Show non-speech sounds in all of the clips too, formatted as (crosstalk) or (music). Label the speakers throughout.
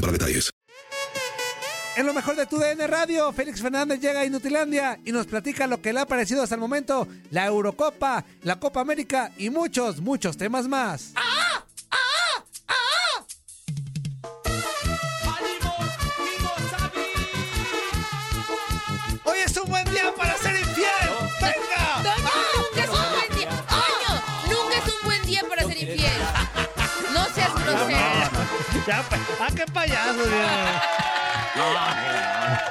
Speaker 1: para detalles.
Speaker 2: En lo mejor de tu DN Radio, Félix Fernández llega a Inutilandia y nos platica lo que le ha parecido hasta el momento, la Eurocopa, la Copa América y muchos, muchos temas más.
Speaker 3: Hoy es un buen día para ser infiel. Venga. Ah.
Speaker 4: Nunca es un buen día. Toño, nunca es un buen día para ser infiel. No seas grosero.
Speaker 3: (laughs) Ya, pa- ah, qué payaso,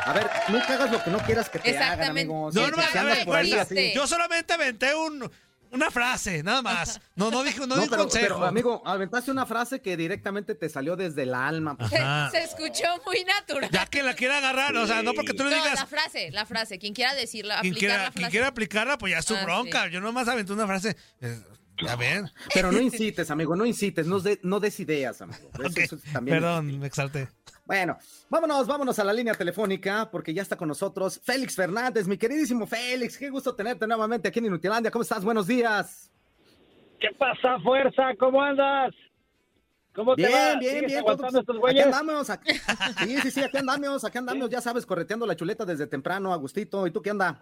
Speaker 2: (laughs)
Speaker 5: A ver, nunca hagas lo que no quieras que te hagan,
Speaker 4: Exactamente.
Speaker 5: amigos.
Speaker 3: No,
Speaker 5: Si-
Speaker 3: no,
Speaker 5: si
Speaker 3: a
Speaker 5: andas
Speaker 3: ver,
Speaker 5: por ahí
Speaker 3: recuerda,
Speaker 5: así.
Speaker 3: yo solamente aventé un, una frase, nada más. No, no dije, no,
Speaker 5: No,
Speaker 3: di un
Speaker 5: pero,
Speaker 3: consejo.
Speaker 5: pero, amigo, aventaste una frase que directamente te salió desde el alma. pues.
Speaker 3: Ajá.
Speaker 4: (laughs) Se, se escuchó muy natural.
Speaker 3: Ah. Ya que la quiera agarrar, o sea, no porque tú
Speaker 4: No,
Speaker 3: le digas,
Speaker 4: la frase, la frase. Quien quiera decirla,
Speaker 3: quien,
Speaker 4: aplicar
Speaker 3: quiera,
Speaker 4: la
Speaker 3: quien
Speaker 4: frase.
Speaker 3: quiera aplicarla, pues ya es su
Speaker 4: Ah,
Speaker 3: bronca. Yo nomás aventé una frase. eh, Ya ven. (laughs)
Speaker 5: Pero no incites, amigo, no incites, no, de- no des ideas, amigo. Eso-
Speaker 3: Ok,
Speaker 5: eso también es-
Speaker 3: Perdón, me exalté.
Speaker 5: Bueno, vámonos, vámonos a la línea telefónica porque ya está con nosotros Félix Fernández, mi queridísimo Félix. Qué gusto tenerte nuevamente aquí en Inutilandia. ¿Cómo estás? Buenos días.
Speaker 6: ¿Qué pasa, fuerza? ¿Cómo andas? ¿Cómo te va?
Speaker 5: Bien, bien,
Speaker 6: ¿Sigues
Speaker 5: bien.
Speaker 6: aguantando
Speaker 5: todos-
Speaker 6: estos
Speaker 5: aquí
Speaker 6: güeyes?
Speaker 5: andamos. Aquí, sí, sí, sí, aquí andamos, aquí andamos. Ya sabes, correteando la chuleta desde temprano, Agustito. ¿Y tú qué anda?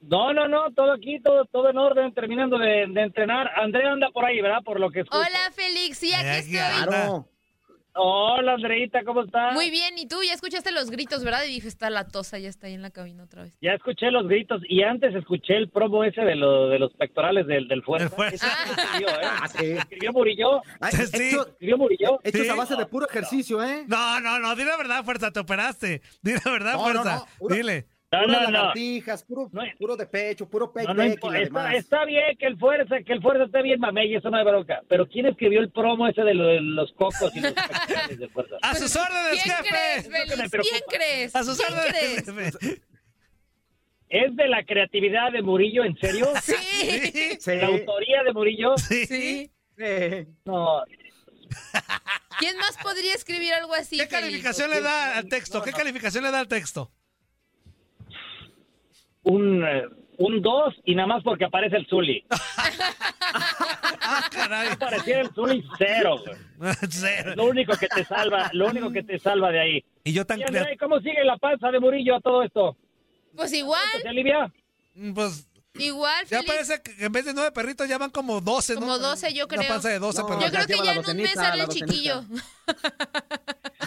Speaker 6: No, no, no, todo aquí, todo, todo en orden, terminando de, de entrenar. Andrea anda por ahí, ¿verdad? Por lo que escucho.
Speaker 4: Hola, Félix. Sí,
Speaker 3: Ay,
Speaker 4: aquí
Speaker 3: ya.
Speaker 4: estoy.
Speaker 5: Claro.
Speaker 6: Hola, Andreita, ¿cómo estás?
Speaker 4: Muy bien. Y tú ya escuchaste los gritos, ¿verdad? Y dije, está la tosa, ya está ahí en la cabina otra vez.
Speaker 6: Ya escuché los gritos y antes escuché el promo ese de, lo- de los pectorales del, del
Speaker 3: Me
Speaker 6: fuerza.
Speaker 3: fue.
Speaker 6: Escribió, ¿eh?
Speaker 5: Ah, sí.
Speaker 6: Escribió Murillo,
Speaker 5: Ay,
Speaker 3: Sí.
Speaker 5: hecho-
Speaker 6: escribió Murillo.
Speaker 5: Hechos
Speaker 3: Sí.
Speaker 5: a base de puro ejercicio, ¿eh?
Speaker 3: No, no, no, di la verdad, fuerza, te operaste. Di la verdad,
Speaker 5: No, no,
Speaker 3: fuerza.
Speaker 5: no, una-
Speaker 3: Dile.
Speaker 6: No,
Speaker 5: Puras
Speaker 6: no, no.
Speaker 5: lagartijas, puro,
Speaker 6: No, eh.
Speaker 5: puro de pecho, puro
Speaker 6: No,
Speaker 5: pecho
Speaker 6: no impo- está,
Speaker 5: demás.
Speaker 6: está bien que el fuerza, que el fuerza esté bien, mamey, eso no es bronca. Pero ¿quién escribió el promo ese de, lo- de los cocos y los pectorales del fuerza?
Speaker 3: ¡A sus órdenes,
Speaker 4: ¿Quién crees,
Speaker 3: jefe!
Speaker 6: que me
Speaker 4: Félix?
Speaker 6: preocupa.
Speaker 4: ¿Quién crees?
Speaker 3: ¡A sus
Speaker 4: ¿Quién
Speaker 3: órdenes,
Speaker 4: crees?
Speaker 3: jefe!
Speaker 6: ¿Es de la creatividad de Murillo, en serio?
Speaker 4: Sí.
Speaker 5: Sí,
Speaker 6: ¿La autoría de Murillo?
Speaker 4: Sí.
Speaker 5: sí.
Speaker 6: No,
Speaker 4: ¿Quién más podría escribir algo así?
Speaker 3: ¿Qué
Speaker 4: Félix?
Speaker 3: calificación le da al texto? ¿Qué calificación le da al
Speaker 5: (laughs)
Speaker 3: texto?
Speaker 6: un, eh, un 2 y nada más porque aparece el Zuli.
Speaker 3: ¡Ah, caray!
Speaker 6: Apareciera el Zuli cero, güey.
Speaker 3: Cero.
Speaker 6: Es Lo único que te salva, lo único que te salva de ahí.
Speaker 3: Y yo tan
Speaker 6: Y
Speaker 3: creativo.
Speaker 6: André, ¿cómo sigue la panza de Murillo a todo esto?
Speaker 4: Pues igual,
Speaker 6: ¿Se alivia?
Speaker 3: Pues
Speaker 4: igual,
Speaker 3: ya
Speaker 4: Félix.
Speaker 3: parece que en vez de nueve perritos ya van como doce, ¿no?
Speaker 4: Como 12, yo
Speaker 3: Una
Speaker 4: creo.
Speaker 3: panza de doce,
Speaker 5: No,
Speaker 3: pero
Speaker 4: Yo
Speaker 5: Ya
Speaker 4: creo que
Speaker 5: lleva
Speaker 4: ya
Speaker 5: la
Speaker 4: en un
Speaker 5: docenita,
Speaker 4: mes sale
Speaker 5: la
Speaker 4: el chiquillo.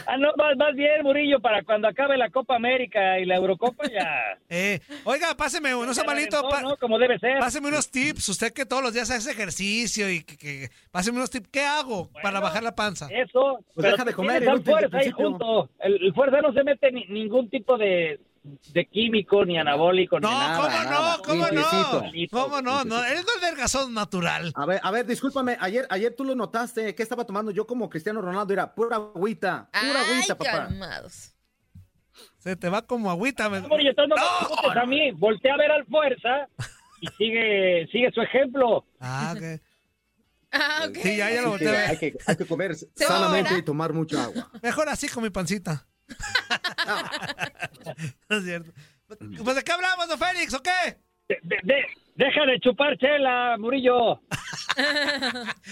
Speaker 6: Ah, no, más, más bien, Murillo, para cuando acabe la Copa América y la Eurocopa ya.
Speaker 2: Eh, oiga, páseme unos
Speaker 6: Ya la
Speaker 2: amalito.
Speaker 6: aventó, ¿no? Como debe ser.
Speaker 2: Páseme unos tips. Usted que todos los días hace ejercicio y que, que- páseme unos tips. ¿Qué hago para bajar la panza?
Speaker 6: Eso.
Speaker 2: Pues deja de comer,
Speaker 6: Tienen
Speaker 2: inútil,
Speaker 6: fuerza
Speaker 2: al
Speaker 6: ahí
Speaker 2: principio.
Speaker 6: junto. El, el fuerza no se mete ni- ningún tipo de, de químico, ni anabólico, ni nada.
Speaker 2: ¿Cómo
Speaker 6: nada.
Speaker 2: no? ¿Cómo no?
Speaker 6: Limpiecito.
Speaker 2: ¿Cómo no? no eres el delgazón natural.
Speaker 5: (laughs) A ver, a ver, discúlpame, ayer, ayer tú lo notaste, ¿qué estaba tomando yo como Cristiano Ronaldo? Era pura agüita, pura agüita, papá.
Speaker 4: calmados.
Speaker 2: Se te va como agüita. me-
Speaker 6: Murillo, entonces no me preguntes a mí. Este Voltea a ver al fuerza y sigue, sigue su ejemplo.
Speaker 2: Ah, ok.
Speaker 4: (laughs) Ah, ok.
Speaker 2: Sí, ya, ya lo
Speaker 5: Así que
Speaker 2: volteé a ver.
Speaker 5: hay, que, hay
Speaker 4: (laughs)
Speaker 5: que comer
Speaker 4: va a
Speaker 5: sanamente
Speaker 4: morar?
Speaker 5: y tomar mucha agua.
Speaker 2: Mejor así con
Speaker 6: (laughs)
Speaker 2: mi pancita. No es cierto. Pues de qué hablamos, don Félix, ¿o qué?
Speaker 6: De- de- de- deja de chupar chela, Murillo.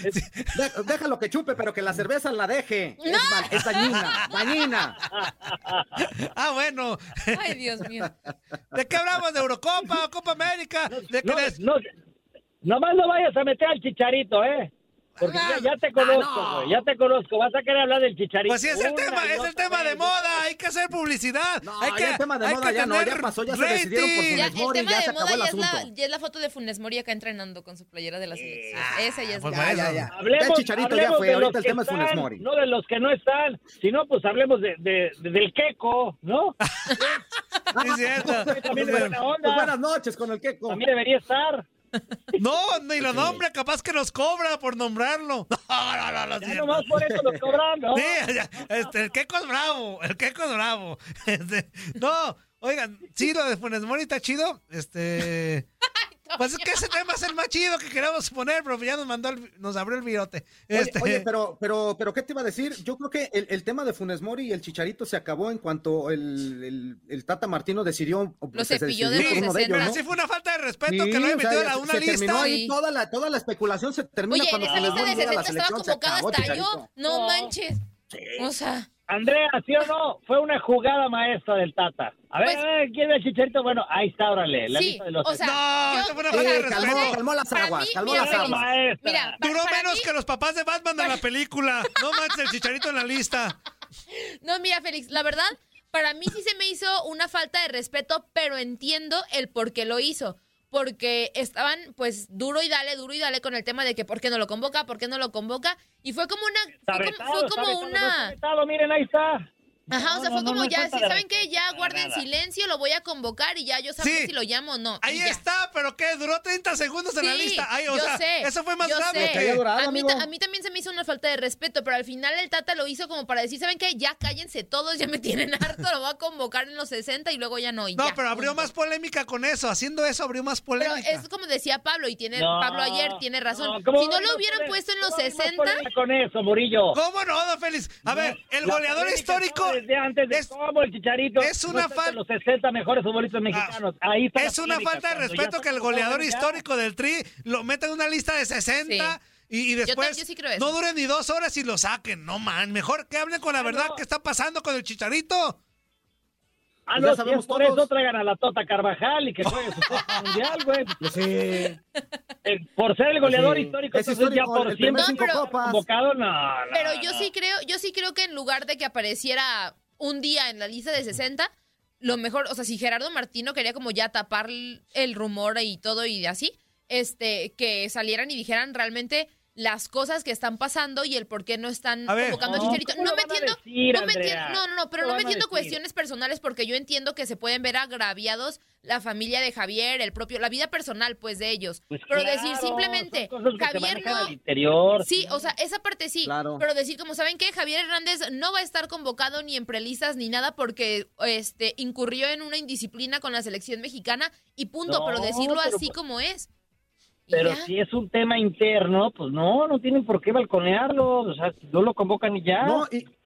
Speaker 5: De- déjalo que chupe, pero que la cerveza la deje. Es, da- es dañina,
Speaker 6: (laughs)
Speaker 5: dañina.
Speaker 2: Ah, bueno.
Speaker 4: Ay, Dios
Speaker 5: (laughs)
Speaker 4: mío.
Speaker 2: ¿De qué hablamos? ¿De Eurocopa, Copa América? ¿De qué
Speaker 6: No,
Speaker 2: les-
Speaker 6: no, nomás no vayas a meter al chicharito, ¿eh? Porque
Speaker 2: Ah,
Speaker 6: ya, ya te conozco, güey, ya te conozco. Vas a querer hablar del chicharito.
Speaker 2: Pues sí, es el
Speaker 6: Una
Speaker 2: tema,
Speaker 6: y
Speaker 2: es el
Speaker 6: otra
Speaker 2: tema de
Speaker 6: vez.
Speaker 2: moda, hay que hacer publicidad.
Speaker 5: No,
Speaker 2: hay
Speaker 5: ya
Speaker 2: que,
Speaker 5: el tema de
Speaker 2: hay
Speaker 5: moda
Speaker 2: que
Speaker 5: ya no, ya
Speaker 2: tener
Speaker 5: pasó, ya se decidieron por
Speaker 2: rating.
Speaker 4: Ya,
Speaker 5: Funes
Speaker 4: el
Speaker 5: Mori,
Speaker 4: tema
Speaker 5: ya
Speaker 4: de
Speaker 5: se acabó
Speaker 4: moda
Speaker 5: el
Speaker 4: ya es, la,
Speaker 5: asunto.
Speaker 4: ya es la foto de Funes Mori acá entrenando con su playera de la selección.
Speaker 5: Ah,
Speaker 4: Esa ya es
Speaker 2: pues
Speaker 4: la-
Speaker 2: bueno.
Speaker 5: Ya, ya, ya.
Speaker 6: Hablemos,
Speaker 5: Ya el chicharito ya
Speaker 6: hablemos
Speaker 5: fue,
Speaker 6: de
Speaker 5: ahorita
Speaker 6: los
Speaker 5: el
Speaker 6: que
Speaker 5: tema es Funes
Speaker 6: están,
Speaker 5: Mori.
Speaker 6: No de los que no están, sino pues hablemos de, de- de- del queco,
Speaker 5: (laughs)
Speaker 6: ¿no?
Speaker 2: Sí, es cierto.
Speaker 6: También
Speaker 2: Pues,
Speaker 6: es buena
Speaker 5: Pues buenas
Speaker 6: onda.
Speaker 5: noches con el queco.
Speaker 6: También debería estar.
Speaker 2: No, ni lo nombra, capaz que nos cobra por nombrarlo. (laughs) No, no, no, no. es
Speaker 6: Ya
Speaker 2: cierto.
Speaker 6: nomás por eso nos cobran, ¿no?
Speaker 2: Sí, ya, este, el queco es bravo, el queco es bravo. (laughs) Este, no, oigan, sí, lo de Funes Mori está chido. Este, pues es que ese tema es el más chido que queríamos poner, pero ya nos mandó, el- nos abrió el virote.
Speaker 5: Oye,
Speaker 2: Este,
Speaker 5: oye, pero, pero, pero, ¿qué te iba a decir? Yo creo que el, el tema de Funes Mori y el Chicharito se acabó en cuanto el, el- el Tata Martino decidió. o
Speaker 4: Lo
Speaker 5: se
Speaker 4: cepilló de los
Speaker 5: decidió por uno de ellos,
Speaker 2: pero
Speaker 4: escenarios.
Speaker 5: ¿no?
Speaker 2: sí fue una falta de respeto
Speaker 5: Sí,
Speaker 2: que lo haya
Speaker 5: o sea,
Speaker 2: metido a la
Speaker 5: se-
Speaker 2: una
Speaker 5: se terminó
Speaker 2: lista.
Speaker 5: ahí toda la, toda la especulación se termina
Speaker 4: Oye, en
Speaker 5: cuando
Speaker 4: esa
Speaker 5: Funes
Speaker 4: lista de
Speaker 5: Mori llega a
Speaker 4: 60
Speaker 5: la
Speaker 4: estaba
Speaker 5: selección, se
Speaker 4: convocada
Speaker 5: acabó,
Speaker 4: hasta
Speaker 5: Chicharito.
Speaker 4: yo. No
Speaker 6: No.
Speaker 4: manches. O sea,
Speaker 6: Andrea, ¿sí o no? Fue una jugada maestra del Tata. A ver,
Speaker 4: Pues-
Speaker 6: a ver, ¿quién es el chicharito? Bueno, ahí está, órale. La
Speaker 4: sí.
Speaker 6: lista de los
Speaker 4: O sea,
Speaker 2: No,
Speaker 4: yo-
Speaker 2: esa fue una
Speaker 4: o sea,
Speaker 2: falta de
Speaker 4: yo-
Speaker 2: respeto.
Speaker 5: Calmó- calmó las
Speaker 4: para
Speaker 5: aguas,
Speaker 4: mí,
Speaker 5: calmó
Speaker 4: mira,
Speaker 5: las
Speaker 4: Félix,
Speaker 5: aguas.
Speaker 6: Maestra.
Speaker 4: Mira, pa-
Speaker 2: Duró
Speaker 4: para
Speaker 2: menos
Speaker 4: mí-
Speaker 2: que los papás de Batman en la película. No manches, el chicharito en la lista.
Speaker 4: No, mira, Félix, la verdad, para mí sí se me hizo una falta de respeto, pero entiendo el por qué lo hizo. Porque estaban, pues, duro y dale, duro y dale con el tema de que por qué no lo convoca, por qué no lo convoca. Y fue como una. Fue como,
Speaker 6: Sabetado,
Speaker 4: fue como
Speaker 6: sabetado, no
Speaker 4: una.
Speaker 6: sabetado, miren, ahí está.
Speaker 4: Ajá, o sea,
Speaker 6: No,
Speaker 4: fue
Speaker 6: no, no,
Speaker 4: como
Speaker 6: no es
Speaker 4: ya,
Speaker 6: falta
Speaker 4: si
Speaker 6: de
Speaker 4: saben que
Speaker 6: respeto,
Speaker 4: ya
Speaker 6: para
Speaker 4: guarden
Speaker 6: nada.
Speaker 4: silencio, lo voy a convocar y ya yo sabré
Speaker 2: Sí.
Speaker 4: si lo llamo o no. y
Speaker 2: Ahí
Speaker 4: ya.
Speaker 2: está, pero ¿qué? Duró 30 segundos en la
Speaker 4: Sí,
Speaker 2: lista. Ay, o
Speaker 4: yo
Speaker 2: sea,
Speaker 4: sé,
Speaker 2: eso fue más
Speaker 4: yo
Speaker 2: grave
Speaker 4: sé.
Speaker 2: que-
Speaker 5: Te haya durado,
Speaker 4: a, mí,
Speaker 5: amigo.
Speaker 4: ta- a mí también se me hizo una falta de respeto, pero al final el Tata lo hizo como para decir, ¿saben qué? Ya cállense todos, ya me tienen harto, lo voy a convocar en los 60 y luego ya no. y
Speaker 2: No,
Speaker 4: ya,
Speaker 2: pero abrió
Speaker 4: punto.
Speaker 2: más polémica con eso. Haciendo eso abrió más
Speaker 4: Pero
Speaker 2: polémica.
Speaker 4: es como decía Pablo, y tiene
Speaker 6: No,
Speaker 4: Pablo ayer tiene razón.
Speaker 6: ¿cómo
Speaker 4: si no
Speaker 6: vamos
Speaker 4: lo
Speaker 6: a
Speaker 4: hubieran
Speaker 6: poner-
Speaker 4: puesto en los
Speaker 6: cómo vamos a
Speaker 4: 60,
Speaker 6: poner Con eso, Murillo.
Speaker 2: ¿Cómo no, don Félix? A ver, el
Speaker 6: La
Speaker 2: goleador
Speaker 6: polémica
Speaker 2: histórico
Speaker 6: estaba Desde antes de
Speaker 2: es,
Speaker 6: cómo el Chicharito
Speaker 2: es una
Speaker 6: no está entre
Speaker 2: fal- Ah,
Speaker 6: los 60 mejores futbolistas mexicanos. Ahí está
Speaker 2: es
Speaker 6: la
Speaker 2: una
Speaker 6: polémica,
Speaker 2: falta de
Speaker 6: cuando ya
Speaker 2: respeto
Speaker 6: está
Speaker 2: que el
Speaker 6: todo
Speaker 2: goleador
Speaker 6: bueno, ya.
Speaker 2: histórico del Tri lo meta en una lista de 60 y, y después
Speaker 4: yo sí creo eso.
Speaker 2: no dure ni dos horas y lo saquen. No, man, mejor que hablen con la verdad
Speaker 6: Ah, no.
Speaker 2: que está pasando con el chicharito.
Speaker 6: Ah,
Speaker 5: Ya
Speaker 6: no, si
Speaker 5: sabemos
Speaker 6: es por
Speaker 5: todos.
Speaker 6: eso traigan a la Tota Carvajal y que juegue su
Speaker 5: (laughs)
Speaker 6: Copa mundial, güey.
Speaker 5: Pues sí. Pues
Speaker 6: Eh, por ser el goleador
Speaker 5: Sí.
Speaker 6: histórico,
Speaker 5: Es
Speaker 6: entonces ya
Speaker 5: histórico,
Speaker 6: por
Speaker 5: el
Speaker 6: siempre
Speaker 5: primer
Speaker 4: cinco
Speaker 6: pero-
Speaker 5: copas.
Speaker 6: convocado, no, no,
Speaker 4: pero yo
Speaker 6: no.
Speaker 4: sí creo, yo sí creo que en lugar de que apareciera un día en la lista de 60, lo mejor, o sea, si Gerardo Martino quería como ya tapar l- el rumor y todo y así, este, que salieran y dijeran realmente las cosas que están pasando y el por qué no están
Speaker 2: A ver.
Speaker 4: convocando a
Speaker 6: No,
Speaker 4: Chicharito.
Speaker 6: ¿cómo
Speaker 4: No
Speaker 6: lo
Speaker 4: me
Speaker 6: van a
Speaker 4: entiendo,
Speaker 6: decir,
Speaker 4: no me
Speaker 6: Andrea?
Speaker 4: entiendo, no, no, no, pero no me
Speaker 6: ¿Cómo lo van a
Speaker 4: entiendo
Speaker 6: decir?
Speaker 4: cuestiones personales porque yo entiendo que se pueden ver agraviados la familia de Javier, el propio, la vida personal pues de ellos.
Speaker 6: Pues
Speaker 4: pero
Speaker 6: claro,
Speaker 4: decir
Speaker 6: son
Speaker 4: simplemente,
Speaker 6: cosas que se
Speaker 4: Javier
Speaker 6: manejan
Speaker 4: no,
Speaker 6: al interior.
Speaker 4: Sí, o sea, esa parte sí.
Speaker 5: Claro.
Speaker 4: Pero decir, como saben que Javier Hernández no va a estar convocado ni en prelistas ni nada porque este incurrió en una indisciplina con la selección mexicana y punto,
Speaker 6: No,
Speaker 4: pero decirlo
Speaker 6: pero
Speaker 4: así
Speaker 6: pues-
Speaker 4: como es. Y
Speaker 6: Pero
Speaker 4: ya.
Speaker 6: si es un tema interno, pues no, no tienen por qué balconearlo. O sea, no lo convocan y ya.
Speaker 5: No, y,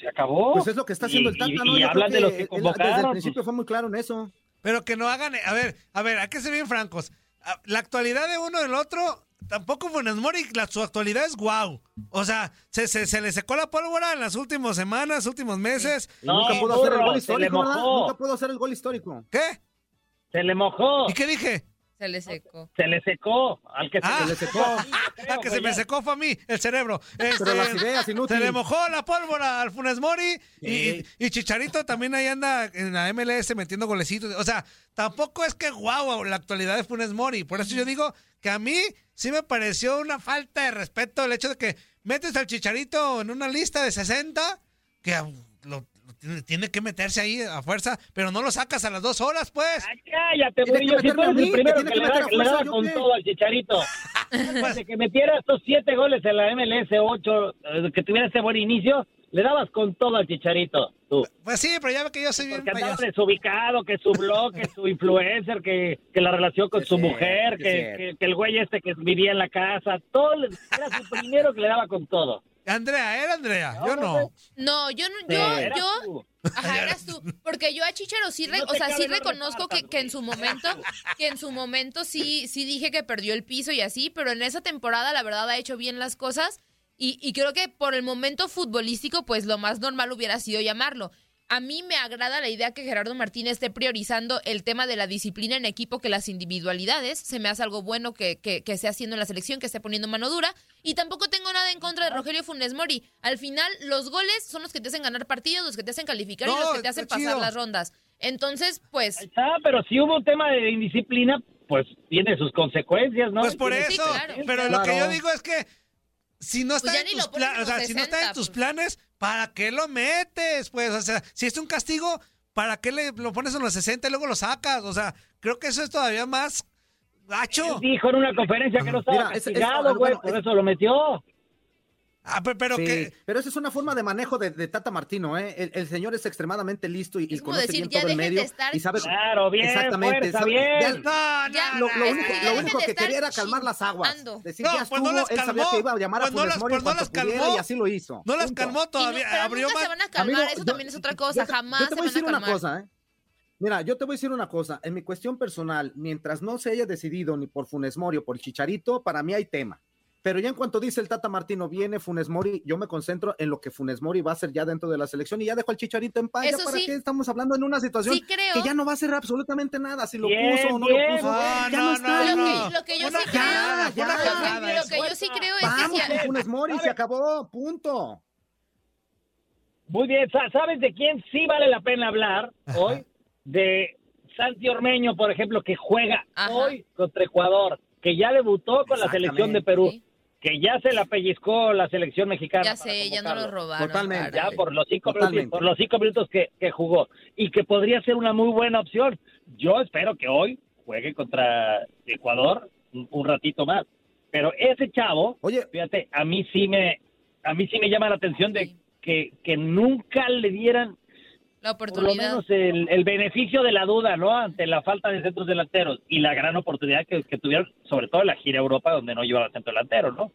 Speaker 6: se acabó.
Speaker 5: Pues es lo que está haciendo
Speaker 6: Y-
Speaker 5: el Tata,
Speaker 6: y-
Speaker 5: ¿no?
Speaker 6: Y
Speaker 5: Yo
Speaker 6: hablan de
Speaker 5: creo
Speaker 6: los
Speaker 5: que
Speaker 6: que
Speaker 5: él-
Speaker 6: convocaron.
Speaker 5: Desde el
Speaker 6: pues,
Speaker 5: principio fue muy claro en eso.
Speaker 2: Pero que no hagan. A ver, a ver, hay que ser bien francos. A- La actualidad de uno del otro, tampoco Funes Mori, la- su actualidad es guau. O sea, se, se, se le secó la pólvora en las últimas semanas, últimos meses.
Speaker 5: Y nunca pudo hacer el gol histórico, ¿verdad? Nunca
Speaker 2: ¿Qué?
Speaker 5: pudo hacer el gol histórico.
Speaker 6: Se le mojó.
Speaker 2: ¿Y qué dije?
Speaker 4: Se le secó.
Speaker 6: Se le secó. Al que
Speaker 2: Ah.
Speaker 6: se le secó.
Speaker 2: Ah, que se me secó fue a mí el cerebro. Este,
Speaker 5: pues las ideas, inútil.
Speaker 2: Se le mojó la pólvora al Funes Mori y, y- y Chicharito también ahí anda en la MLS metiendo golecitos. O sea, tampoco es que guau la actualidad de Funes Mori. Por eso yo digo que a mí sí me pareció una falta de respeto el hecho de que metes al Chicharito en una lista de 60 que ah, lo- lo tiene- tiene que meterse ahí a fuerza, pero no lo sacas a las dos horas, pues.
Speaker 6: Cállate,
Speaker 2: Tiene
Speaker 6: Murillo,
Speaker 2: que
Speaker 6: si tú
Speaker 2: meterme a
Speaker 6: eres
Speaker 2: mí,
Speaker 6: el primero
Speaker 2: que
Speaker 6: que,
Speaker 2: tiene que
Speaker 6: le
Speaker 2: meter
Speaker 6: da,
Speaker 2: a
Speaker 6: le
Speaker 2: fuerza,
Speaker 6: daba
Speaker 2: ¿yo
Speaker 6: con
Speaker 2: qué?
Speaker 6: todo al
Speaker 2: (laughs)
Speaker 6: chicharito. Desde que metieras tus siete goles en la MLS, ocho, eh, que tuviera ese buen inicio, le dabas con todo al chicharito. Tú.
Speaker 2: Pues sí, pero ya ve que yo soy bien
Speaker 6: Que andaba
Speaker 2: payaso.
Speaker 6: desubicado, que su blog, que su influencer, que, que la relación con
Speaker 2: Sí,
Speaker 6: su
Speaker 2: sí,
Speaker 6: mujer,
Speaker 2: sí,
Speaker 6: que,
Speaker 2: sí.
Speaker 6: que- que el güey este que vivía en la casa, todo, le- era su primero que le daba con todo.
Speaker 2: Andrea, era Andrea, yo no.
Speaker 4: No, yo no,
Speaker 6: Sí,
Speaker 4: yo,
Speaker 6: eras
Speaker 4: yo, ajá, eras tú, porque yo a Chicharo sí, re-
Speaker 6: No te
Speaker 4: o sea, sí
Speaker 6: cabe, no
Speaker 4: reconozco que, que en su momento, que en su momento sí, sí dije que perdió el piso y así, pero en esa temporada la verdad ha hecho bien las cosas y, y creo que por el momento futbolístico, pues lo más normal hubiera sido llamarlo. A mí me agrada la idea que Gerardo Martínez esté priorizando el tema de la disciplina en equipo que las individualidades. Se me hace algo bueno que, que, que esté haciendo en la selección, que esté poniendo mano dura. Y tampoco tengo nada en contra de Rogelio Funes Mori. Al final, los goles son los que te hacen ganar partidos, los que te hacen calificar
Speaker 6: No,
Speaker 4: y los que te
Speaker 6: está
Speaker 4: hacen pasar
Speaker 6: chido.
Speaker 4: las rondas. Entonces, pues...
Speaker 6: Ah, pero si hubo un tema de indisciplina, pues tiene sus consecuencias, ¿no?
Speaker 2: Pues por
Speaker 6: Tiene-
Speaker 2: eso. Pero lo que yo
Speaker 6: Claro.
Speaker 2: digo es que si no está
Speaker 4: Pues ya
Speaker 2: en
Speaker 4: ni
Speaker 2: tus
Speaker 4: lo pones en
Speaker 2: planes, o
Speaker 4: los
Speaker 2: sea, si no está en
Speaker 4: 60,
Speaker 2: tus
Speaker 4: pues.
Speaker 2: planes, ¿para qué lo metes? Pues, o sea, si es un castigo, ¿para qué le, lo pones en los 60 y luego lo sacas? O sea, creo que eso es todavía más gacho.
Speaker 6: Dijo en una conferencia que no estaba
Speaker 2: Mira, es- es-
Speaker 6: castigado, güey,
Speaker 5: bueno,
Speaker 6: por
Speaker 5: es-
Speaker 6: eso lo metió.
Speaker 2: Ah, pero, pero
Speaker 5: Sí,
Speaker 2: que-
Speaker 5: pero esa es una forma de manejo de, de Tata Martino, ¿eh? El, el señor es extremadamente listo y, y
Speaker 4: como
Speaker 5: conoce
Speaker 4: decir,
Speaker 5: bien
Speaker 4: ya
Speaker 5: todo el
Speaker 4: dejen de
Speaker 5: medio
Speaker 4: estar-
Speaker 5: y sabe
Speaker 4: Claro, bien, fuerza,
Speaker 5: sabe-
Speaker 4: bien.
Speaker 5: ya-
Speaker 2: No,
Speaker 4: Ya,
Speaker 5: lo, lo
Speaker 4: es
Speaker 5: único,
Speaker 4: que ya
Speaker 5: lo
Speaker 4: dejen
Speaker 5: único
Speaker 4: de
Speaker 5: que
Speaker 4: estar
Speaker 5: quería era calmar las aguas.
Speaker 4: chingando.
Speaker 5: Decir,
Speaker 2: No,
Speaker 5: ya
Speaker 2: pues
Speaker 5: estuvo,
Speaker 2: no las
Speaker 5: él sabía
Speaker 2: calmó.
Speaker 5: que iba a llamar a
Speaker 2: Pues no
Speaker 5: Funes
Speaker 2: las-
Speaker 5: Mori
Speaker 2: pues
Speaker 5: en
Speaker 2: no
Speaker 5: cuanto
Speaker 2: las
Speaker 5: pudiera
Speaker 2: calmó.
Speaker 5: y así lo hizo.
Speaker 2: no las
Speaker 5: Punto.
Speaker 2: calmó
Speaker 4: Y nu-
Speaker 2: todavía.
Speaker 4: pero
Speaker 2: abrió
Speaker 4: nunca
Speaker 2: más.
Speaker 4: se van a calmar,
Speaker 5: Amigo,
Speaker 4: eso
Speaker 5: yo-
Speaker 4: también es otra cosa,
Speaker 5: yo te-
Speaker 4: jamás
Speaker 5: Yo te voy a
Speaker 4: se
Speaker 5: decir
Speaker 4: van a
Speaker 5: una
Speaker 4: calmar.
Speaker 5: cosa, ¿eh? Mira, yo te voy a decir una cosa. En mi cuestión personal, mientras no se haya decidido ni por Funes Mori o por Chicharito, para mí hay tema. Pero ya en cuanto dice el Tata Martino, viene Funes Mori, yo me concentro en lo que Funes Mori va a hacer ya dentro de la selección y ya dejo al Chicharito en paz. ¿Ya
Speaker 4: Eso
Speaker 5: ¿Para
Speaker 4: sí.
Speaker 5: qué estamos hablando en una situación
Speaker 4: Sí creo.
Speaker 5: que ya no va a hacer absolutamente nada? Si lo
Speaker 6: Bien,
Speaker 5: puso o no
Speaker 6: bien. Ah,
Speaker 5: lo puso.
Speaker 6: No,
Speaker 5: ya
Speaker 6: no,
Speaker 5: está.
Speaker 4: Lo que- Lo que yo sí
Speaker 5: Ya,
Speaker 4: creo,
Speaker 5: ya.
Speaker 4: lo que- lo que yo sí creo es que
Speaker 5: Vamos
Speaker 4: si a-
Speaker 5: con Funes Mori, se acabó, punto.
Speaker 6: Muy bien, Sa- ¿sabes de quién sí vale la pena hablar hoy? De Santi Ormeño, por ejemplo, que juega
Speaker 4: Ajá.
Speaker 6: hoy contra Ecuador, que ya debutó con la
Speaker 5: Exactamente.
Speaker 6: selección de Perú, que ya se la pellizcó la selección mexicana.
Speaker 4: Ya
Speaker 6: para
Speaker 4: sé, ya no lo
Speaker 6: convocarlo.
Speaker 4: robaron.
Speaker 5: Totalmente.
Speaker 4: para.
Speaker 6: Ya por los cinco
Speaker 5: Totalmente.
Speaker 6: minutos, por los cinco minutos que, que jugó y que podría ser una muy buena opción. Yo espero que hoy juegue contra Ecuador un, un ratito más. Pero ese chavo,
Speaker 5: Oye.
Speaker 6: fíjate, a mí sí me, a mí sí me llama la atención de que, que nunca le dieran
Speaker 4: La
Speaker 6: por lo
Speaker 4: oportunidad.
Speaker 6: menos el, el beneficio de la duda, ¿no? Ante la falta de centros delanteros y la gran oportunidad que, que tuvieron, sobre todo en la gira Europa, donde no llevaba centro delantero, ¿no?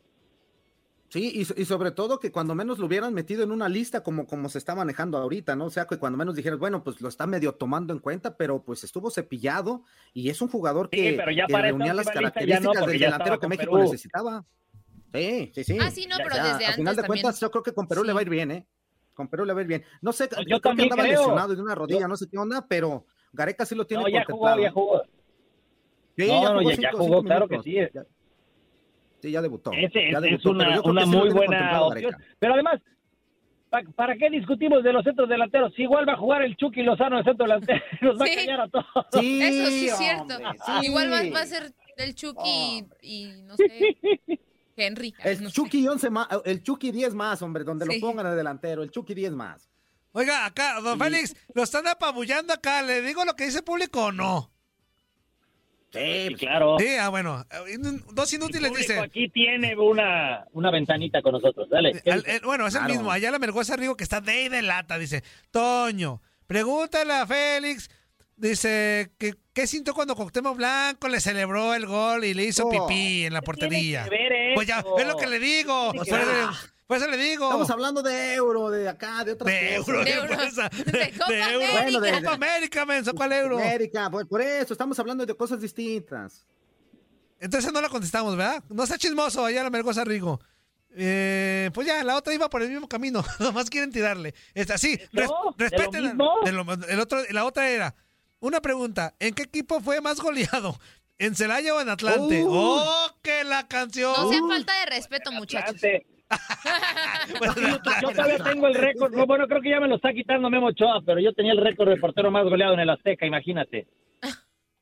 Speaker 5: Sí, y, so- y sobre todo que cuando menos lo hubieran metido en una lista como, como se está manejando ahorita, ¿no? O sea, que cuando menos dijeras, bueno, pues lo está medio tomando en cuenta, pero pues estuvo cepillado y es un jugador
Speaker 6: Sí,
Speaker 5: que,
Speaker 6: pero ya
Speaker 5: que
Speaker 6: para esta
Speaker 5: reunía las
Speaker 6: última lista ya no,
Speaker 5: características
Speaker 6: porque
Speaker 5: del
Speaker 6: ya
Speaker 5: delantero
Speaker 6: estaba
Speaker 5: que
Speaker 6: con
Speaker 5: México
Speaker 6: Perú.
Speaker 5: necesitaba. Sí, sí, sí.
Speaker 4: Ah, sí, no, pero desde
Speaker 5: Al final
Speaker 4: antes
Speaker 5: de
Speaker 4: también.
Speaker 5: cuentas, yo creo que con Perú le va a ir bien, ¿eh? Con Perú le va a ir bien. No sé,
Speaker 6: yo
Speaker 5: creo que
Speaker 6: también
Speaker 5: andaba
Speaker 6: creo.
Speaker 5: lesionado de una rodilla, no sé qué onda, pero Gareca sí lo tiene ¿eh?
Speaker 6: No, ya jugó,
Speaker 5: contemplado.
Speaker 6: ya jugó.
Speaker 5: Sí,
Speaker 6: No,
Speaker 5: ya
Speaker 6: no, ya-
Speaker 5: jugó,
Speaker 6: ya
Speaker 5: cinco-
Speaker 6: jugó,
Speaker 5: cinco
Speaker 6: claro que
Speaker 5: minutos.
Speaker 6: sí. eh.
Speaker 5: Ya- sí, ya debutó.
Speaker 6: Ese es,
Speaker 5: ya
Speaker 6: es
Speaker 5: debutó, pero
Speaker 6: una,
Speaker 5: yo creo que
Speaker 6: una
Speaker 5: sí lo
Speaker 6: muy
Speaker 5: tiene
Speaker 6: buena
Speaker 5: contemplado
Speaker 6: (laughs)
Speaker 5: Gareca.
Speaker 6: opción. Pero además, ¿pa- ¿para qué discutimos de los centros delanteros? Si igual va a jugar el Chucky Lozano de centro delantero, (laughs) nos va
Speaker 4: Sí.
Speaker 6: a callar a todos.
Speaker 5: Sí,
Speaker 4: Eso sí es cierto. Ah,
Speaker 5: hombre, sí.
Speaker 4: Igual va, va a ser el Chucky y, y no sé, Henry.
Speaker 5: El
Speaker 4: No sé.
Speaker 5: Chucky 11 más, el Chucky 10 más, hombre, donde
Speaker 4: Sí.
Speaker 5: lo pongan al delantero, el Chucky 10 más.
Speaker 2: Oiga, acá, don Félix, lo están apabullando acá. ¿Le digo lo que dice el público o no?
Speaker 6: Pues
Speaker 5: Sí,
Speaker 6: claro.
Speaker 2: Sí, ah, bueno. eh, Dos inútiles
Speaker 6: Público
Speaker 2: dicen.
Speaker 6: Aquí tiene una, una ventanita con nosotros. Dale.
Speaker 2: Eh, Al- el- bueno, es el
Speaker 6: Claro.
Speaker 2: mismo. Allá la mergosa Rigo que está de ahí de lata. Dice, Toño, pregúntale a Félix. Dice, que ¿qué sintió cuando Coctemo Blanco le celebró el gol y le hizo
Speaker 5: Oh.
Speaker 2: pipí en la portería?
Speaker 6: que ver
Speaker 2: Pues ya,
Speaker 6: eso?
Speaker 2: es lo que le digo.
Speaker 6: Tiene que
Speaker 2: Por
Speaker 6: ver.
Speaker 2: eso- Por eso le digo.
Speaker 5: Estamos hablando de euro, de acá, de otra
Speaker 2: de
Speaker 5: cosa.
Speaker 2: Euro, de, euro. De, de, Copa de euro. América. Bueno, de, de Copa América, menso, ¿cuál euro?
Speaker 5: América, pues, por, por eso, estamos hablando de cosas distintas.
Speaker 2: Entonces no la contestamos, ¿verdad? No está chismoso, allá la mergosa Rigo. Eh, pues ya, la otra iba por el mismo camino. (laughs) Nomás quieren tirarle. Está así. Res,
Speaker 6: no,
Speaker 2: respeten.
Speaker 6: De lo mismo.
Speaker 2: La, de lo, el otro, la otra era. Una pregunta: ¿en qué equipo fue más goleado? (laughs) ¿En Celaya o en Atlante?
Speaker 4: Uh,
Speaker 2: ¡Oh, que la canción! (laughs)
Speaker 4: No sea falta de respeto, muchachos.
Speaker 2: Bueno, (laughs)
Speaker 6: yo, yo todavía tengo el récord. No, bueno, creo que ya me lo está quitando Memo Ochoa, pero yo tenía el récord de portero más goleado en el Azteca, imagínate.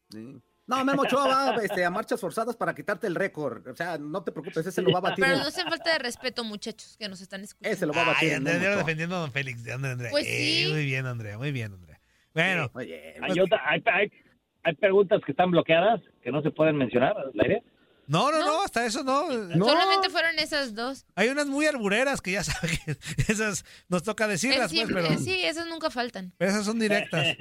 Speaker 5: Sí. No, Memo Ochoa
Speaker 4: (laughs)
Speaker 5: va este, a marchas forzadas para quitarte el récord. O sea, no te preocupes, ese lo va a batir.
Speaker 4: Pero no se falta de respeto, muchachos, que nos están escuchando.
Speaker 5: Ese lo va a batir.
Speaker 2: Ay,
Speaker 5: Memo
Speaker 2: Andrea,
Speaker 5: Ochoa.
Speaker 2: defendiendo a don Félix. de Andrea, Andrea.
Speaker 4: Pues
Speaker 2: Eh,
Speaker 4: sí.
Speaker 2: muy bien, Andrea, muy bien, Andrea. Bueno,
Speaker 5: Oye,
Speaker 6: Hay, otra- hay, hay- hay preguntas que están bloqueadas que no se pueden mencionar al aire.
Speaker 2: no, no, no, hasta eso no.
Speaker 4: Solamente fueron esas dos.
Speaker 2: Hay unas muy arbureras que ya (laughs) saben que esas nos toca
Speaker 4: Es
Speaker 2: decirlas, pues,
Speaker 4: siempre-
Speaker 2: pero,
Speaker 4: Sí, esas nunca faltan.
Speaker 2: pero esas
Speaker 6: (laughs)
Speaker 2: son directas.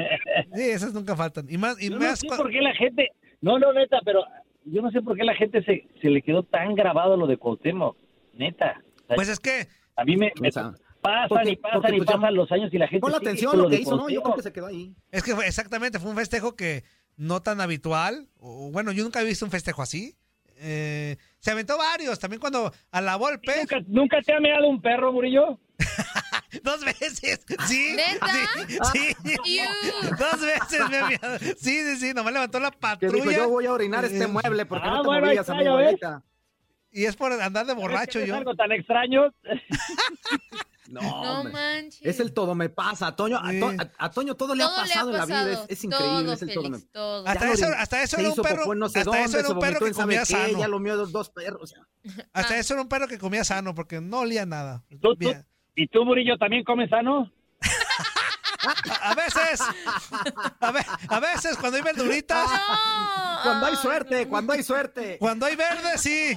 Speaker 2: Sí, esas nunca faltan. Y más, y
Speaker 6: Yo no
Speaker 2: más
Speaker 6: sé
Speaker 2: cua-
Speaker 6: por qué la gente. No, no, neta, pero yo no sé por qué la gente se, se le quedó tan grabado lo de Cuauhtémoc. Neta. O sea,
Speaker 2: Pues es que
Speaker 6: a mí me. me-
Speaker 5: O sea,
Speaker 6: pasan
Speaker 5: porque-
Speaker 6: y pasan
Speaker 5: porque
Speaker 6: y
Speaker 5: pues ya-
Speaker 6: pasan los años y la gente.
Speaker 5: Pon la
Speaker 6: sigue
Speaker 5: atención
Speaker 6: con
Speaker 5: lo que
Speaker 6: de
Speaker 5: hizo, Pues, ¿no? Yo creo
Speaker 6: Cuauhtémoc.
Speaker 5: que se quedó ahí.
Speaker 2: Es que fue, exactamente, fue un festejo que no tan habitual. o- bueno, yo nunca he visto un festejo así. Eh, se aventó varios, también cuando alabó el pez
Speaker 6: ¿Nunca, ¿Nunca te ha meado un perro, Murillo?
Speaker 2: (laughs) dos veces. Sí,
Speaker 4: ¿Neta?
Speaker 2: sí, sí.
Speaker 4: Iu.
Speaker 2: Dos veces me ha mirado. Sí, sí, sí, nomás levantó la
Speaker 5: Que dijo,
Speaker 2: patrulla.
Speaker 5: yo voy a orinar este
Speaker 2: Eh,
Speaker 5: mueble porque
Speaker 6: ah,
Speaker 5: no te
Speaker 6: bueno,
Speaker 5: movías,
Speaker 6: ahí está,
Speaker 5: amigo,
Speaker 6: ya ves.
Speaker 5: ahorita.
Speaker 2: Y es por andar de borracho
Speaker 6: ¿Es
Speaker 2: yo.
Speaker 6: algo tan extraño?
Speaker 5: No,
Speaker 4: No
Speaker 5: hombre.
Speaker 4: manches.
Speaker 5: Es el todo me pasa, a Toño. A,
Speaker 2: Sí.
Speaker 5: To- a- a Toño todo le ha pasado en la vida. Es, es increíble.
Speaker 4: Todo,
Speaker 5: es el todo me-
Speaker 4: Félix, todo.
Speaker 5: Ya
Speaker 2: Hasta
Speaker 5: lo
Speaker 2: eso-
Speaker 5: orin-
Speaker 2: hasta eso
Speaker 5: se
Speaker 2: era un
Speaker 5: hizo popó
Speaker 2: perro-
Speaker 5: en no sé
Speaker 2: hasta eso
Speaker 5: dónde,
Speaker 2: era
Speaker 5: se
Speaker 2: un perro
Speaker 5: vomitó
Speaker 2: que
Speaker 5: en sabe
Speaker 2: comía
Speaker 5: qué,
Speaker 2: sano.
Speaker 5: Ya lo mío dos perros. o sea.
Speaker 2: Hasta eso era un perro que comía sano porque no olía nada.
Speaker 6: ¿Tú, tú,
Speaker 2: Bien.
Speaker 6: ¿Y tú, Murillo, también comes sano?
Speaker 2: A, a veces, a, ve- a veces cuando hay verduritas,
Speaker 4: Ah. No.
Speaker 5: Cuando hay suerte, cuando hay suerte.
Speaker 2: (laughs) cuando hay verde, sí.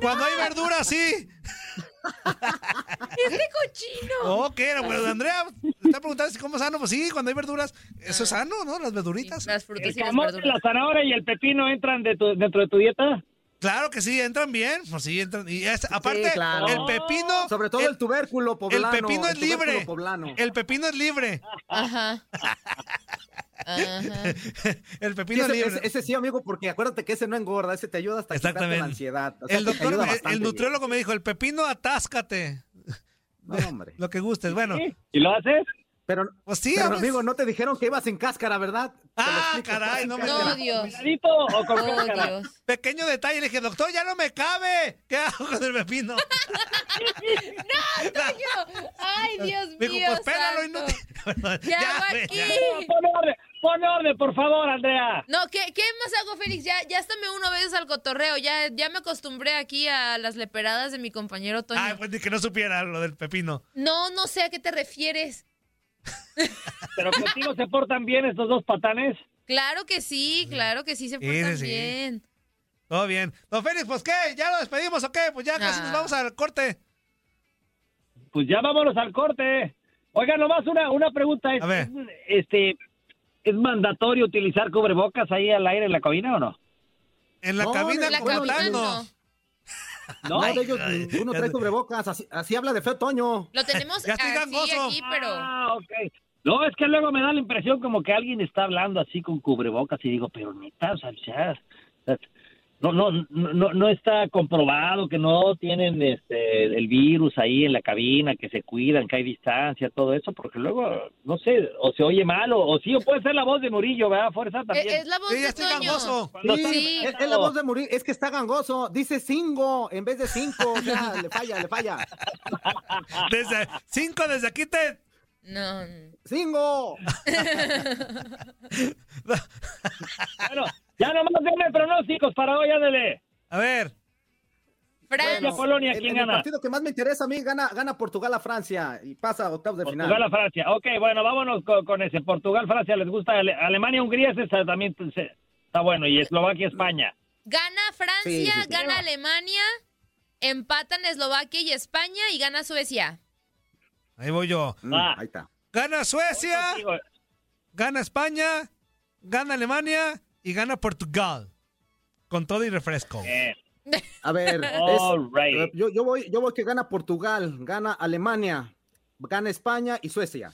Speaker 2: Cuando hay verdura, sí.
Speaker 4: Este cochino.
Speaker 2: (laughs) Oh, ¿qué era? Bueno, Andrea, te está preguntando si como sano. Pues sí, cuando hay verduras, eso es sano, ¿no? Las verduritas.
Speaker 4: Las frutas
Speaker 6: ¿El
Speaker 4: y las
Speaker 6: camote, la
Speaker 4: verduras.
Speaker 6: zanahoria y el pepino entran de tu- dentro de tu dieta?
Speaker 2: Eh, Claro que sí, entran bien. Pues sí, entran. Y es- aparte,
Speaker 5: claro.
Speaker 2: el pepino.
Speaker 5: Oh. Sobre todo
Speaker 2: el-
Speaker 5: el, tubérculo poblano.
Speaker 2: pepino es libre.
Speaker 5: tubérculo Poblano.
Speaker 2: El pepino es libre. (laughs)
Speaker 4: Ajá. Ajá.
Speaker 2: El
Speaker 5: Sí,
Speaker 2: pepino es
Speaker 5: ese,
Speaker 2: libre.
Speaker 5: ese- ese sí, amigo, porque acuérdate que ese no engorda, ese te ayuda hasta quitarte
Speaker 2: Exactamente.
Speaker 5: la ansiedad. O sea,
Speaker 2: el
Speaker 5: te- te
Speaker 2: doctor,
Speaker 5: ayuda
Speaker 2: el- el,
Speaker 5: bastante, güey.
Speaker 2: nutriólogo me dijo, el pepino atáscate.
Speaker 5: No, hombre.
Speaker 2: Lo que gustes. Bueno,
Speaker 6: ¿Sí? ¿Y lo haces?
Speaker 5: Pero,
Speaker 2: pues sí, a
Speaker 5: pero,
Speaker 2: veces-
Speaker 5: amigo, no te dijeron que ibas sin cáscara, ¿verdad? Te lo
Speaker 2: Ah,
Speaker 5: explico.
Speaker 2: caray, no me
Speaker 4: No,
Speaker 2: (laughs)
Speaker 4: Dios.
Speaker 6: ¿Peladito o con
Speaker 4: Oh,
Speaker 6: cáscara?
Speaker 4: Dios.
Speaker 2: Pequeño detalle, le dije, doctor, ya no me cabe. ¿Qué hago con
Speaker 4: (laughs)
Speaker 2: el pepino?
Speaker 4: Ay, Dios mío.
Speaker 2: Me dijo, pues pélalo y no
Speaker 4: santo.
Speaker 2: te... (laughs)
Speaker 4: ¿Qué
Speaker 2: Ya,
Speaker 4: hago
Speaker 2: güey,
Speaker 4: aquí?
Speaker 2: ya.
Speaker 6: Pon orden, pon orden, por favor, Andrea.
Speaker 4: No, ¿qué, ¿qué más hago, Félix? Ya, ya hasta me uno a veces al cotorreo. Ya, ya me acostumbré aquí a las leperadas de mi compañero Toño.
Speaker 2: Ay, pues ni que no supiera lo del pepino.
Speaker 4: No, no sé a qué te refieres.
Speaker 6: Pero contigo se portan bien estos dos patanes.
Speaker 4: Claro que sí, claro que sí se
Speaker 2: Sí,
Speaker 4: portan
Speaker 2: sí.
Speaker 4: bien.
Speaker 2: Todo bien. Don Félix, pues qué, ya lo despedimos o qué, pues ya casi
Speaker 4: Ah.
Speaker 2: nos vamos al corte.
Speaker 6: Pues ya vámonos al corte. Oiga, nomás una, una pregunta. ¿Es,
Speaker 2: A ver.
Speaker 6: Este, ¿Es mandatorio utilizar cubrebocas ahí al aire en la cabina o no?
Speaker 2: En la
Speaker 5: No,
Speaker 2: cabina
Speaker 5: en
Speaker 4: La
Speaker 2: como
Speaker 4: cabina
Speaker 2: tal, no.
Speaker 4: no.
Speaker 5: No, de ellos ninguno trae cubrebocas. Así, así habla de feo Toño.
Speaker 4: Lo tenemos
Speaker 2: (laughs) Ya estoy
Speaker 4: así
Speaker 2: gangoso.
Speaker 4: aquí, pero.
Speaker 6: Ah, ok. No, es que luego me da la impresión como que alguien está hablando así con cubrebocas y digo, pero neta, o sea, ya, o sea, no, no, no, no- no está comprobado que no tienen este el virus ahí en la cabina, que se cuidan, que hay distancia, todo eso, porque luego, no sé, o se oye mal, o, o sí, o puede ser la voz de Murillo, ¿verdad? Fuerza también.
Speaker 4: e-, Es, es la voz
Speaker 2: Sí, ya
Speaker 4: de
Speaker 2: estoy
Speaker 4: Toño.
Speaker 2: gangoso.
Speaker 6: (laughs) Cuando
Speaker 5: Sí,
Speaker 6: está-
Speaker 4: sí.
Speaker 5: es, es la voz de morir. Es que está gangoso. Dice cinco en vez de cinco. O
Speaker 6: (laughs)
Speaker 5: sea, le falla, le falla.
Speaker 2: Desde cinco, desde aquí te...
Speaker 4: No. no.
Speaker 5: ¡Cingo!
Speaker 6: Bueno, ya nomás denme pronósticos para hoy, ándale.
Speaker 2: A ver,
Speaker 4: Fran,
Speaker 6: Francia, Polonia,
Speaker 5: En-
Speaker 6: ¿quién
Speaker 5: en El
Speaker 6: gana?
Speaker 5: partido que más me interesa a mí gana, gana Portugal a Francia y pasa a octavos de final.
Speaker 6: Portugal a Francia. Ok, bueno, vámonos con, con ese. Portugal, Francia, les gusta. Ale- Alemania, Hungría, ese está, también pues, eh, está bueno. Y Eslovaquia, España.
Speaker 4: gana Francia,
Speaker 5: Sí, sí, sí.
Speaker 4: gana Alemania, empatan Eslovaquia y España y gana Suecia.
Speaker 2: ahí voy yo.
Speaker 5: Mm,
Speaker 6: Ah.
Speaker 5: Ahí está.
Speaker 2: Gana Suecia,
Speaker 6: Digo,
Speaker 2: gana España, gana Alemania y gana Portugal. Con todo y refresco.
Speaker 6: eh, (laughs)
Speaker 5: A ver,
Speaker 6: All
Speaker 5: es- eh,
Speaker 6: right.
Speaker 5: yo, yo voy, yo voy que gana Portugal, gana Alemania, gana España y Suecia.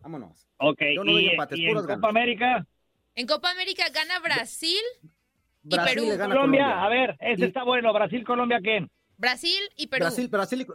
Speaker 5: Vámonos.
Speaker 6: Ok,
Speaker 5: Yo no
Speaker 6: y-
Speaker 5: doy empates,
Speaker 6: y en
Speaker 5: puras
Speaker 6: Copa
Speaker 5: ganas.
Speaker 6: América,
Speaker 4: En Copa América gana Brasil,
Speaker 5: Brasil
Speaker 4: Perú.
Speaker 5: le gana a
Speaker 6: Colombia,
Speaker 5: Colombia.
Speaker 6: a ver, ese
Speaker 5: Y-
Speaker 6: está bueno. Brasil, Colombia, ¿quién?
Speaker 4: Brasil y Perú.
Speaker 5: Brasil, Brasil y Co-